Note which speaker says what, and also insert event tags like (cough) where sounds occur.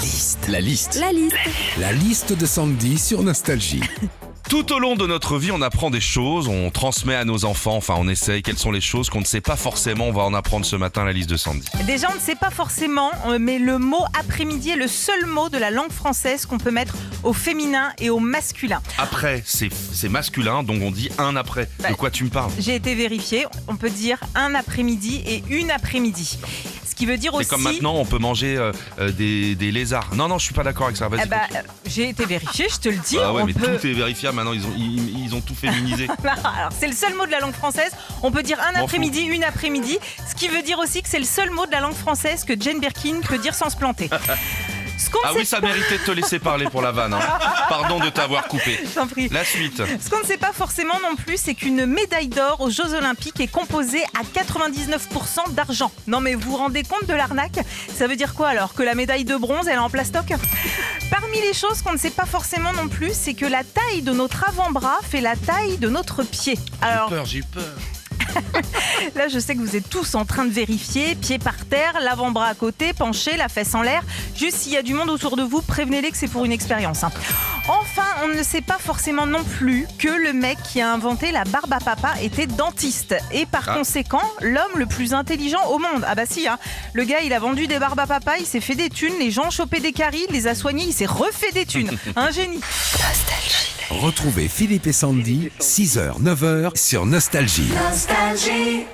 Speaker 1: liste. La liste.
Speaker 2: La liste.
Speaker 1: La liste de Sandy sur Nostalgie.
Speaker 3: Tout au long de notre vie, on apprend des choses, on transmet à nos enfants, enfin on essaye, quelles sont les choses qu'on ne sait pas forcément, on va en apprendre ce matin la liste de Sandy.
Speaker 4: Déjà, on ne sait pas forcément, euh, mais le mot après-midi est le seul mot de la langue française qu'on peut mettre au féminin et au masculin.
Speaker 3: Après, c'est c'est masculin, donc on dit un après. De quoi tu me parles
Speaker 4: J'ai été vérifié, on peut dire un après-midi et une après-midi. Ce qui veut dire
Speaker 3: C'est
Speaker 4: aussi.
Speaker 3: comme maintenant, on peut manger euh, euh, des, des lézards. Non, non, je suis pas d'accord avec ça. Vas-y.
Speaker 4: Eh bah, euh, j'ai été vérifié, je te le dis.
Speaker 3: ah ouais,
Speaker 4: on
Speaker 3: mais
Speaker 4: peut- (laughs) Ah,
Speaker 3: tout est vérifiable maintenant, ils ont, ils, ils ont tout féminisé.
Speaker 4: Alors, c'est le seul mot de la langue française. On peut dire un
Speaker 3: fous.
Speaker 4: après-midi, une après-midi. Ce qui veut dire aussi que c'est le seul mot de la langue française que Jane Birkin peut dire sans
Speaker 3: (laughs)
Speaker 4: se planter. Ce qu'on
Speaker 3: ah
Speaker 4: ne
Speaker 3: oui,
Speaker 4: sait
Speaker 3: ça méritait de te laisser parler pour la
Speaker 4: (laughs)
Speaker 3: vanne. hein. Pardon de t'avoir coupé.
Speaker 4: Je t'en prie.
Speaker 3: La suite.
Speaker 4: Ce qu'on ne sait pas forcément non plus, c'est qu'une médaille d'or aux Jeux Olympiques est composée à 99% d'argent. Non mais vous vous rendez compte de l'arnaque Ça veut dire quoi alors Que la médaille de bronze, elle est en plastoc Parmi les choses qu'on ne sait pas forcément non plus, c'est que la taille de notre avant-bras fait la taille de notre pied. Alors
Speaker 3: peur, j'ai peur.
Speaker 4: (laughs) là, je sais que vous êtes tous en train de vérifier, pied par terre, l'avant-bras à côté, penché, la fesse en l'air. Juste s'il y a du monde autour de vous, prévenez-les que c'est pour une expérience. hein. Enfin, on ne sait pas forcément non plus que le mec qui a inventé la barbe à papa était dentiste et par
Speaker 3: Ah.
Speaker 4: conséquent l'homme le plus intelligent au monde. Ah bah si, hein. le gars il a vendu des barbes à papa, il s'est fait des thunes, les gens ont chopé des caries, il les a soignés, il s'est refait des thunes. Un génie.
Speaker 1: Retrouvez Philippe et Sandy, 6h, 9h sur Nostalgie.
Speaker 5: Nostalgie.